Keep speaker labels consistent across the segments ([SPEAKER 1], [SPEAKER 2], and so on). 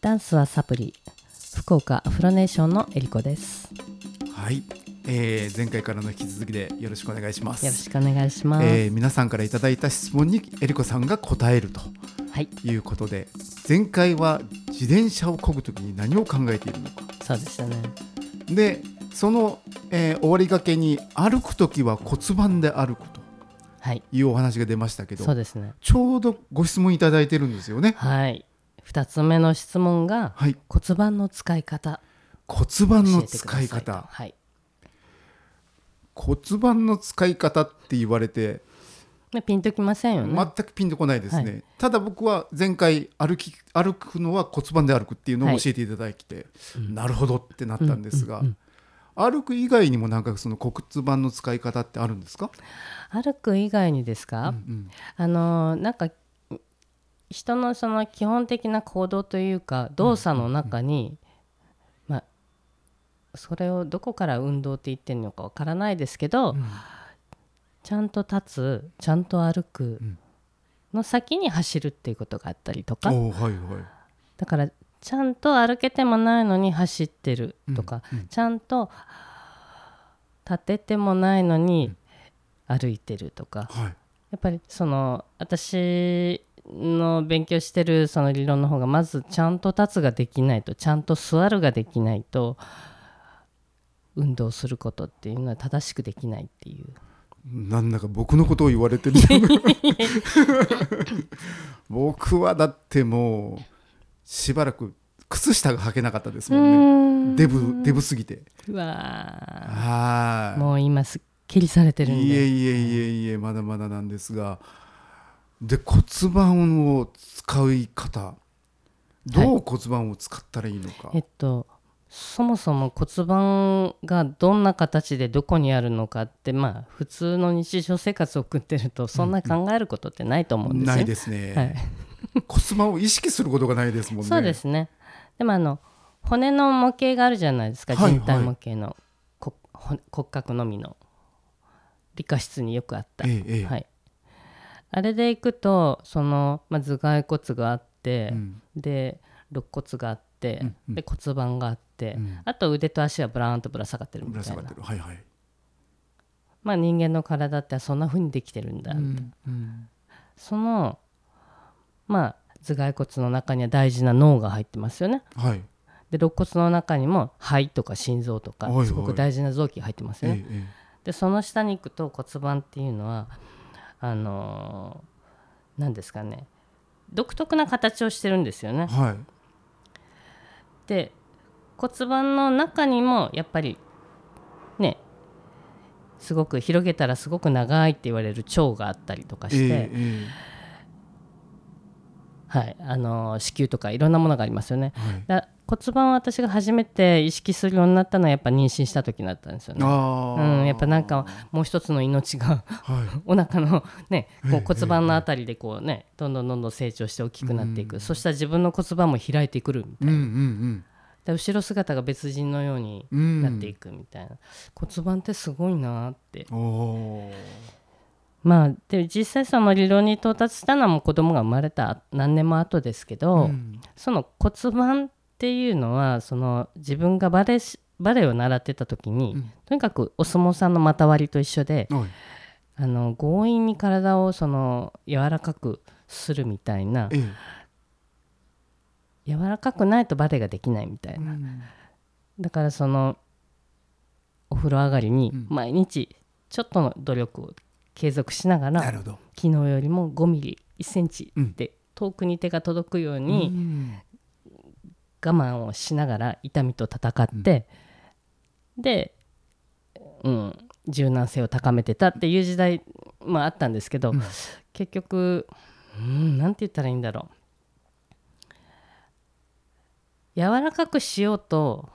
[SPEAKER 1] ダンスはサプリ福岡アフロネーションのえりこですよ
[SPEAKER 2] はい、えー前回からの引き続きでよろしくお願いします。
[SPEAKER 1] ろしくお願いします、
[SPEAKER 2] えー皆さんからいただいた質問にえりこさんが答えると
[SPEAKER 1] はい
[SPEAKER 2] いうことで、前回は自転車を漕ぐときに何を考えているのか。
[SPEAKER 1] そうでしたね
[SPEAKER 2] で、その、えー終わりがけに歩くときは骨盤で歩くと
[SPEAKER 1] はい
[SPEAKER 2] いうお話が出ましたけど
[SPEAKER 1] そう、ですね
[SPEAKER 2] ちょうどご質問いただいてるんですよね。
[SPEAKER 1] はい二つ目の質問が
[SPEAKER 2] はい、
[SPEAKER 1] 骨盤の使い方
[SPEAKER 2] 骨盤
[SPEAKER 1] 教
[SPEAKER 2] の
[SPEAKER 1] えてくださ
[SPEAKER 2] 使
[SPEAKER 1] い
[SPEAKER 2] い
[SPEAKER 1] と
[SPEAKER 2] 方。
[SPEAKER 1] はい
[SPEAKER 2] 骨盤の使い方って言われて、
[SPEAKER 1] まあピンときませんよね、
[SPEAKER 2] 全くピンとこないですね、
[SPEAKER 1] は
[SPEAKER 2] ただ僕は前回歩き歩くのは骨盤で歩くっていうの
[SPEAKER 1] は
[SPEAKER 2] を
[SPEAKER 1] い
[SPEAKER 2] 教えていただいて、なるほどってなったんですが、
[SPEAKER 1] うんうんうん
[SPEAKER 2] 歩く以外にもなんかその骨盤の使い方ってあるんですか、
[SPEAKER 1] 歩く以外にですか、
[SPEAKER 2] うん
[SPEAKER 1] あのーなんか人のその基本的な行動というか動作の中に、まあ、それをどこから運動って言ってるのかわからないですけど、
[SPEAKER 2] うん
[SPEAKER 1] ちゃんと立つちゃんと歩く
[SPEAKER 2] うん
[SPEAKER 1] の先に走るっていうことがあったりとか、
[SPEAKER 2] おーはいはい
[SPEAKER 1] だからちゃんと歩けてもないのに走ってるとか、
[SPEAKER 2] うんうん
[SPEAKER 1] ちゃんと立ててもないのに歩いてるとか、
[SPEAKER 2] はい
[SPEAKER 1] やっぱりその私の勉強してるその理論の方がまずちゃんと立つができないとちゃんと座るができないと運動することっていうのは正しくできないっていう
[SPEAKER 2] なんだか僕のことを言わ れてる僕はだってもうしばらく靴下が履けなかったですもんねデブデブすぎて
[SPEAKER 1] うわ
[SPEAKER 2] は
[SPEAKER 1] ー
[SPEAKER 2] い
[SPEAKER 1] もう今すっきりされてるん
[SPEAKER 2] いえ
[SPEAKER 1] で
[SPEAKER 2] いえいえいえまだまだなんですがで骨盤を使い方どう骨盤を使ったらいいのか、
[SPEAKER 1] えっとそもそも骨盤がどんな形でどこにあるのかってまあ普通の日常生活を送ってるとそんな考えることってないと思うんですよ、
[SPEAKER 2] ないですね、
[SPEAKER 1] はい
[SPEAKER 2] 骨盤を意識することがないですもんね
[SPEAKER 1] そうですねでもあの骨の模型があるじゃないですか、
[SPEAKER 2] はい
[SPEAKER 1] 人体模型のこ骨骨格のみの理科室によくあった、
[SPEAKER 2] ええええ
[SPEAKER 1] はい、あれでいくとその、まあ、頭蓋骨があって、
[SPEAKER 2] うん
[SPEAKER 1] で肋骨があって、
[SPEAKER 2] うんうん
[SPEAKER 1] で骨盤があって、
[SPEAKER 2] うん
[SPEAKER 1] あと腕と足はブラーンとぶら下がってるみ
[SPEAKER 2] ぶら
[SPEAKER 1] た
[SPEAKER 2] 下
[SPEAKER 1] い
[SPEAKER 2] がっ
[SPEAKER 1] な
[SPEAKER 2] てるはいはい、
[SPEAKER 1] まあ人間の体ってそんな風にできてるんだ、そのまあ頭蓋骨の中には大事な脳が入ってますよね
[SPEAKER 2] はい
[SPEAKER 1] で肋骨の中にも肺とか心臓とか
[SPEAKER 2] はいはい
[SPEAKER 1] すごく大事な臓器が入ってますよね。
[SPEAKER 2] えええ
[SPEAKER 1] でその下に行くと骨盤っていうのはあのー何ですかね独特な形をしてるんですよ
[SPEAKER 2] え
[SPEAKER 1] ね。
[SPEAKER 2] はい
[SPEAKER 1] で骨盤の中にもやっぱりねすごく広げたらすごく長いって言われる腸があったりとかして、
[SPEAKER 2] ええ
[SPEAKER 1] はいあのー子宮とかいろんなものがありますよね。
[SPEAKER 2] ええはい
[SPEAKER 1] だ骨盤を私が初めて意識するようになったのはやっぱ妊娠した時だったんですよね。
[SPEAKER 2] あ
[SPEAKER 1] う
[SPEAKER 2] ー
[SPEAKER 1] ん、やっぱなんかもう一つの命が
[SPEAKER 2] はい
[SPEAKER 1] お腹のねこ
[SPEAKER 2] え
[SPEAKER 1] う
[SPEAKER 2] え
[SPEAKER 1] 骨盤のあたりでこうねどんどんどんどん成長して大きくなっていく、そしたら自分の骨盤も開いてくる
[SPEAKER 2] うんうん
[SPEAKER 1] で後ろ姿が別人のように
[SPEAKER 2] うんうん
[SPEAKER 1] なっていくみたいな、骨盤ってすごいなって
[SPEAKER 2] おー
[SPEAKER 1] まあで実際その理論に到達したのはもう子供が生まれた何年も後ですけど、
[SPEAKER 2] うん
[SPEAKER 1] その骨盤っていうのはその自分がバレーしバレエを習ってた時に、
[SPEAKER 2] うん
[SPEAKER 1] とにかくお相撲さんの股割りと一緒で、
[SPEAKER 2] はい
[SPEAKER 1] あの強引に体をその柔らかくするみたいな
[SPEAKER 2] ええ
[SPEAKER 1] 柔らかくないとバレエができないみたいうな、
[SPEAKER 2] ん
[SPEAKER 1] だからそのお風呂上がりに
[SPEAKER 2] うん
[SPEAKER 1] 毎日ちょっとの努力を継続しながら、
[SPEAKER 2] なるほど
[SPEAKER 1] 昨日よりも5ミリ1センチ
[SPEAKER 2] うん
[SPEAKER 1] で遠くに手が届くよう
[SPEAKER 2] う
[SPEAKER 1] に
[SPEAKER 2] ん
[SPEAKER 1] 我慢をしながら痛みと戦って、で、うん、柔軟性を高めてたっていう時代もあったんですけど、
[SPEAKER 2] うん
[SPEAKER 1] 結局うんなんて言ったらいいんだろう柔らかくしようと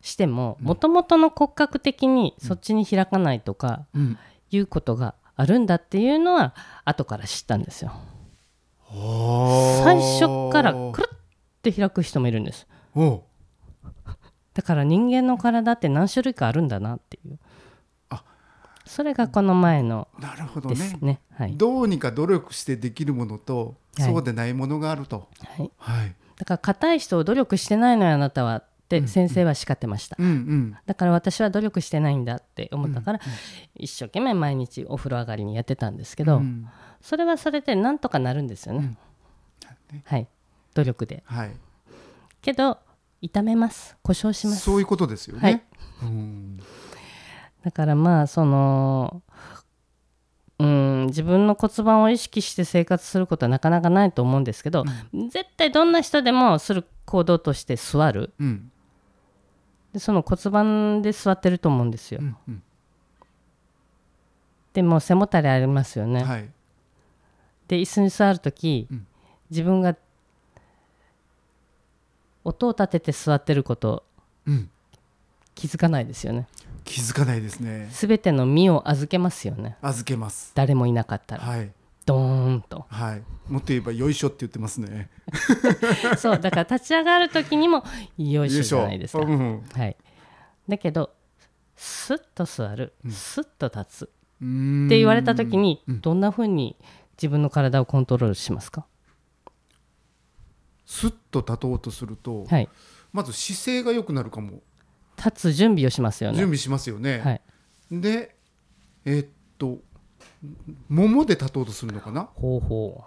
[SPEAKER 1] してももともとの骨格的にそっちに開かないとか
[SPEAKER 2] うん
[SPEAKER 1] いうことがあるんだっていうのは後から知ったんですよ。最
[SPEAKER 2] 最
[SPEAKER 1] 初からくるって開く人もいるんです。
[SPEAKER 2] おう
[SPEAKER 1] だから人間の体って何種類かあるんだなっていう
[SPEAKER 2] あ
[SPEAKER 1] それがこの前の
[SPEAKER 2] なるほど
[SPEAKER 1] で
[SPEAKER 2] ね
[SPEAKER 1] すね。はい
[SPEAKER 2] どうにか努力してできるものと、
[SPEAKER 1] はい
[SPEAKER 2] そうでないものがあると
[SPEAKER 1] はい、
[SPEAKER 2] はい
[SPEAKER 1] だから硬い人を努力してないのよあなたはって先生は叱ってました、
[SPEAKER 2] うんうん
[SPEAKER 1] だから私は努力してないんだって思ったから、一生懸命毎日お風呂上がりにやってたんですけど、
[SPEAKER 2] うん
[SPEAKER 1] それはそれでなんとかなるんですよね、はい努力で
[SPEAKER 2] はい
[SPEAKER 1] けど痛めます故障します
[SPEAKER 2] そういうことですよね、
[SPEAKER 1] はい
[SPEAKER 2] うん
[SPEAKER 1] だからまあそのうん自分の骨盤を意識して生活することはなかなかないと思うんですけど、絶対どんな人でもする行動として座る
[SPEAKER 2] うん
[SPEAKER 1] でその骨盤で座ってると思うんですよ、
[SPEAKER 2] うんうん
[SPEAKER 1] でもう背もたれありますよね、
[SPEAKER 2] はい
[SPEAKER 1] で椅子に座る時、
[SPEAKER 2] うん
[SPEAKER 1] 自分が音を立てて座ってること
[SPEAKER 2] うん
[SPEAKER 1] 気づかないですよね
[SPEAKER 2] 気づかないですね
[SPEAKER 1] 全ての身を預けますよね
[SPEAKER 2] 預けます
[SPEAKER 1] 誰もいなかったら
[SPEAKER 2] はい
[SPEAKER 1] ドーンと
[SPEAKER 2] はいもっと言えばよいしょって言ってますね
[SPEAKER 1] そうだから立ち上がる時にもよいしょじゃないですか、
[SPEAKER 2] うん
[SPEAKER 1] はい、だけどスッと座るスッと立つ
[SPEAKER 2] うん
[SPEAKER 1] って言われた時にどんな風に自分の体をコントロールしますか、
[SPEAKER 2] スッと立とうとすると、
[SPEAKER 1] はい、
[SPEAKER 2] まず姿勢が良くなるかも
[SPEAKER 1] 立つ準備をしますよ
[SPEAKER 2] 準
[SPEAKER 1] ね
[SPEAKER 2] 備しますよね、
[SPEAKER 1] はい
[SPEAKER 2] でえーっと桃で立とうとするのかな
[SPEAKER 1] 方法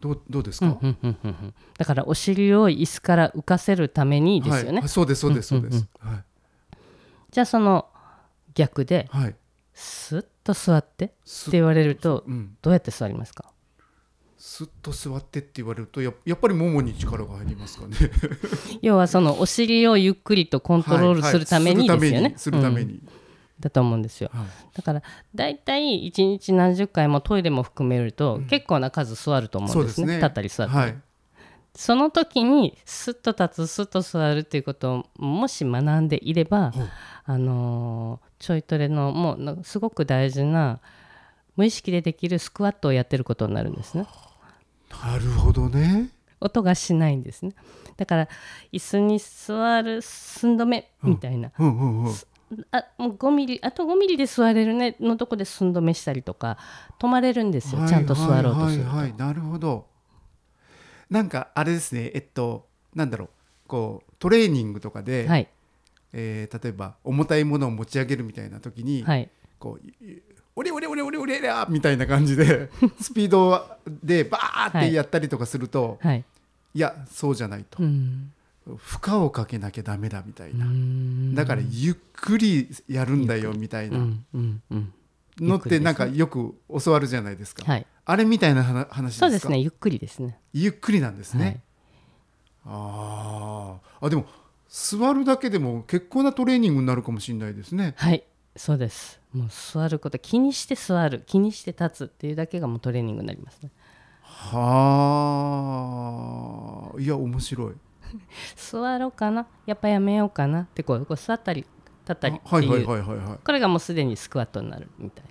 [SPEAKER 2] どうどうですか、
[SPEAKER 1] うんうんうんうんだからお尻を椅子から浮かせるためにですよね、
[SPEAKER 2] はい、そうですそうですそうです、はい
[SPEAKER 1] じゃあその逆で
[SPEAKER 2] はい
[SPEAKER 1] スッと座ってって
[SPEAKER 2] す
[SPEAKER 1] 言われると
[SPEAKER 2] うん
[SPEAKER 1] どうやって座りますか
[SPEAKER 2] すっと座ってって言われるとややっぱりももに力が入りますかね
[SPEAKER 1] 要はそのお尻をゆっくりとコントロールするためにですよね
[SPEAKER 2] するため
[SPEAKER 1] うん
[SPEAKER 2] に、
[SPEAKER 1] だと思うんですよ
[SPEAKER 2] はい
[SPEAKER 1] だから大体1日何十回もトイレも含めると結構な数座ると思
[SPEAKER 2] そ
[SPEAKER 1] うんで
[SPEAKER 2] うですす
[SPEAKER 1] ね,、
[SPEAKER 2] ね
[SPEAKER 1] 立ったり座ったり、
[SPEAKER 2] はい
[SPEAKER 1] その時にスッと立つスッと座るっていうことをもし学んでいれば、
[SPEAKER 2] ほう
[SPEAKER 1] あのーちょいトレのもうなすごく大事な無意識でできるスクワットをやってることになるんですね
[SPEAKER 2] なるほどね
[SPEAKER 1] 音がしないんですねだから椅子に座る寸止めみたいな、
[SPEAKER 2] うんうんうん
[SPEAKER 1] あもう5ミリあと5ミリで座れるねのとこで寸止めしたりとか止まれるんですよ、
[SPEAKER 2] はい
[SPEAKER 1] ちゃんと座ろうとすると、
[SPEAKER 2] はいはいはいなるほどなんかあれですねえっとなんだろうこうトレーニングとかで、
[SPEAKER 1] はい
[SPEAKER 2] えー例えば重たいものを持ち上げるみたいな時に、
[SPEAKER 1] はい
[SPEAKER 2] こうい「オレオレオレオレオレラ!」 みたいな感じで スピードでバーってやったりとかすると、い、
[SPEAKER 1] はい
[SPEAKER 2] やそうじゃないと、
[SPEAKER 1] うん
[SPEAKER 2] 負荷をかけなきゃダメだみたいうな、
[SPEAKER 1] ん
[SPEAKER 2] だからゆっくりやるんだよみたいうなん
[SPEAKER 1] うんうん
[SPEAKER 2] のっ
[SPEAKER 1] ゆ
[SPEAKER 2] て
[SPEAKER 1] っくりですね
[SPEAKER 2] なんかよく教わるじゃないですか、
[SPEAKER 1] はい
[SPEAKER 2] あれみたいな話話ですか
[SPEAKER 1] そうですねゆっくりですね
[SPEAKER 2] ゆっくりなんですね、
[SPEAKER 1] はい
[SPEAKER 2] あーあでも座るだけでも結構なトレーニングになるかもしれないですね
[SPEAKER 1] はいそうですもう座ること気にして座る気にして立つっていうだけがもうトレーニングになりますね
[SPEAKER 2] はあいや面白い
[SPEAKER 1] 座ろうかなやっぱやめようかなってこうこう座ったり立ったりっていう、
[SPEAKER 2] はいはいはいはいはい
[SPEAKER 1] これがもうすでにスクワットになるみたいな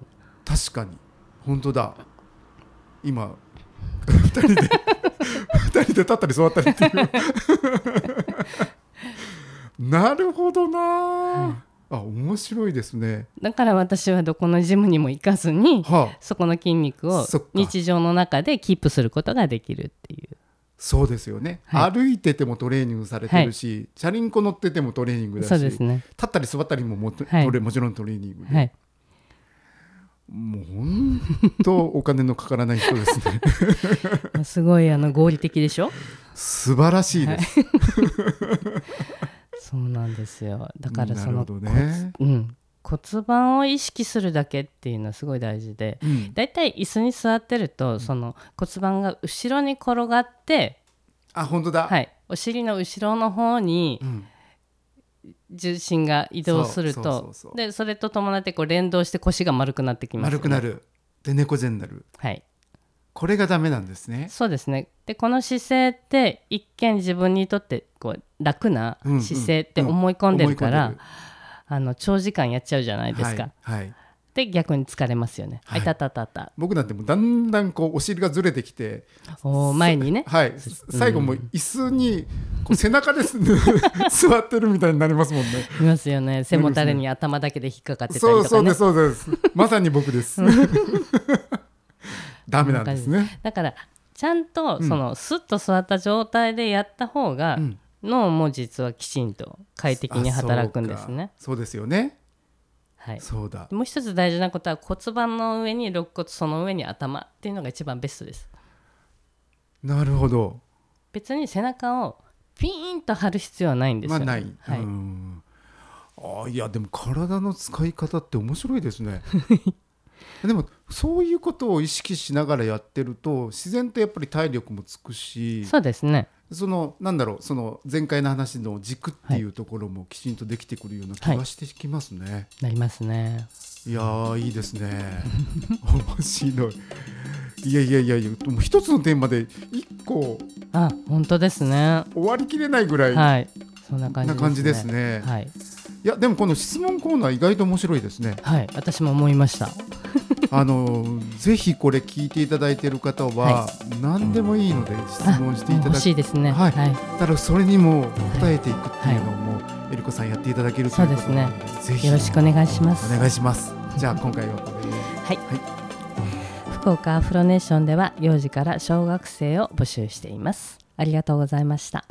[SPEAKER 2] 確かに本当だ今二 人で二人で立ったり座ったりっていうなるほどなー、あ面白いですね
[SPEAKER 1] だから私はどこのジムにも行かずに
[SPEAKER 2] はあ
[SPEAKER 1] そこの筋肉を
[SPEAKER 2] そっか
[SPEAKER 1] 日常の中でキープすることができるっていう
[SPEAKER 2] そうですよね、
[SPEAKER 1] はい
[SPEAKER 2] 歩いててもトレーニングされてるし、チャリンコ乗っててもトレーニングだし
[SPEAKER 1] そうですね
[SPEAKER 2] 立ったり座ったりももと、
[SPEAKER 1] はい
[SPEAKER 2] トレもちろんトレーニングで、
[SPEAKER 1] はい
[SPEAKER 2] もう本当お金のかからない 人ですね
[SPEAKER 1] すごいあの合理的でしょ
[SPEAKER 2] 素晴らしいです、
[SPEAKER 1] そうなんですよだから
[SPEAKER 2] な
[SPEAKER 1] そ
[SPEAKER 2] るほ
[SPEAKER 1] の
[SPEAKER 2] どね、
[SPEAKER 1] うん、骨盤を意識するだけっていうのはすごい大事で
[SPEAKER 2] うん、
[SPEAKER 1] だいたい椅子に座ってるとその骨盤が後ろに転がって、
[SPEAKER 2] あ本当だ、
[SPEAKER 1] はい、お尻の後ろの方に
[SPEAKER 2] うん
[SPEAKER 1] 重心が移動する
[SPEAKER 2] そうそうそ
[SPEAKER 1] と
[SPEAKER 2] うそう
[SPEAKER 1] でそれと伴ってこう連動して腰が丸くなってきますよね、
[SPEAKER 2] 丸くなるで猫背になる
[SPEAKER 1] はい、
[SPEAKER 2] これがダメなんですね
[SPEAKER 1] そうですねでこの姿勢って一見自分にとってこう楽な
[SPEAKER 2] うんうん
[SPEAKER 1] 姿勢って思い込んでるから、
[SPEAKER 2] 思い込んで
[SPEAKER 1] あの長時間やっちゃうじゃないですか、
[SPEAKER 2] はい、はい
[SPEAKER 1] で逆に疲れますよね、
[SPEAKER 2] はい
[SPEAKER 1] あいたたたた
[SPEAKER 2] 僕なんてもうだんだんこうお尻がずれてきて
[SPEAKER 1] おー前に ね
[SPEAKER 2] はい最後もう椅子にこう背中です、 ね、座ってるみたいになりますもんね
[SPEAKER 1] いますよね背もたれに頭だけで引っかかってたり
[SPEAKER 2] そ
[SPEAKER 1] と
[SPEAKER 2] うそ
[SPEAKER 1] か
[SPEAKER 2] うで
[SPEAKER 1] ね
[SPEAKER 2] すそうですまさに僕です ダメなんですね
[SPEAKER 1] だからちちゃんと
[SPEAKER 2] うん
[SPEAKER 1] そのスッと座った状態でやった方が
[SPEAKER 2] うん
[SPEAKER 1] 脳も実はきちんと快適に働くんですね
[SPEAKER 2] あ。そうかそうですよね
[SPEAKER 1] はい、
[SPEAKER 2] そうだ
[SPEAKER 1] もう一つ大事なことは骨盤の上に肋骨その上に頭っていうのが一番ベストです。
[SPEAKER 2] なるほど
[SPEAKER 1] 別に背中をピーンと張る必要はないんです
[SPEAKER 2] ま
[SPEAKER 1] よ、ね
[SPEAKER 2] あない、
[SPEAKER 1] はい
[SPEAKER 2] うんあいやでも体の使い方って面白いです ねでもそういうことを意識しながらやってると自然とやっぱり体力もつくし
[SPEAKER 1] そうですね
[SPEAKER 2] そのなんだろうその前回の話の軸っていうところもきちんとできてくるような気
[SPEAKER 1] はい
[SPEAKER 2] がしてきますね、
[SPEAKER 1] なりますね
[SPEAKER 2] い、やーいいですね 面白いいやいやいやいやもう一つのテーマで一個
[SPEAKER 1] あ本当ですね
[SPEAKER 2] 終わりきれないぐらい
[SPEAKER 1] はいそんな感じ
[SPEAKER 2] な感じですね,、
[SPEAKER 1] はい、
[SPEAKER 2] いやでもこの質問コーナー意外と面白いですね
[SPEAKER 1] はい、私も思いました
[SPEAKER 2] あのぜひこれ聞いていただいている方は、
[SPEAKER 1] は
[SPEAKER 2] 何でもいいので質問していただ
[SPEAKER 1] 欲し
[SPEAKER 2] き
[SPEAKER 1] いですね
[SPEAKER 2] はい
[SPEAKER 1] はい、
[SPEAKER 2] たらそれにも答えていくっていうのも、えりこさんやっていただけるということなのでぜひ
[SPEAKER 1] よろしくお願いします
[SPEAKER 2] お願いしますじゃあ今回はこれで
[SPEAKER 1] 福岡アフロネーションでは幼児から小学生を募集していますありがとうございました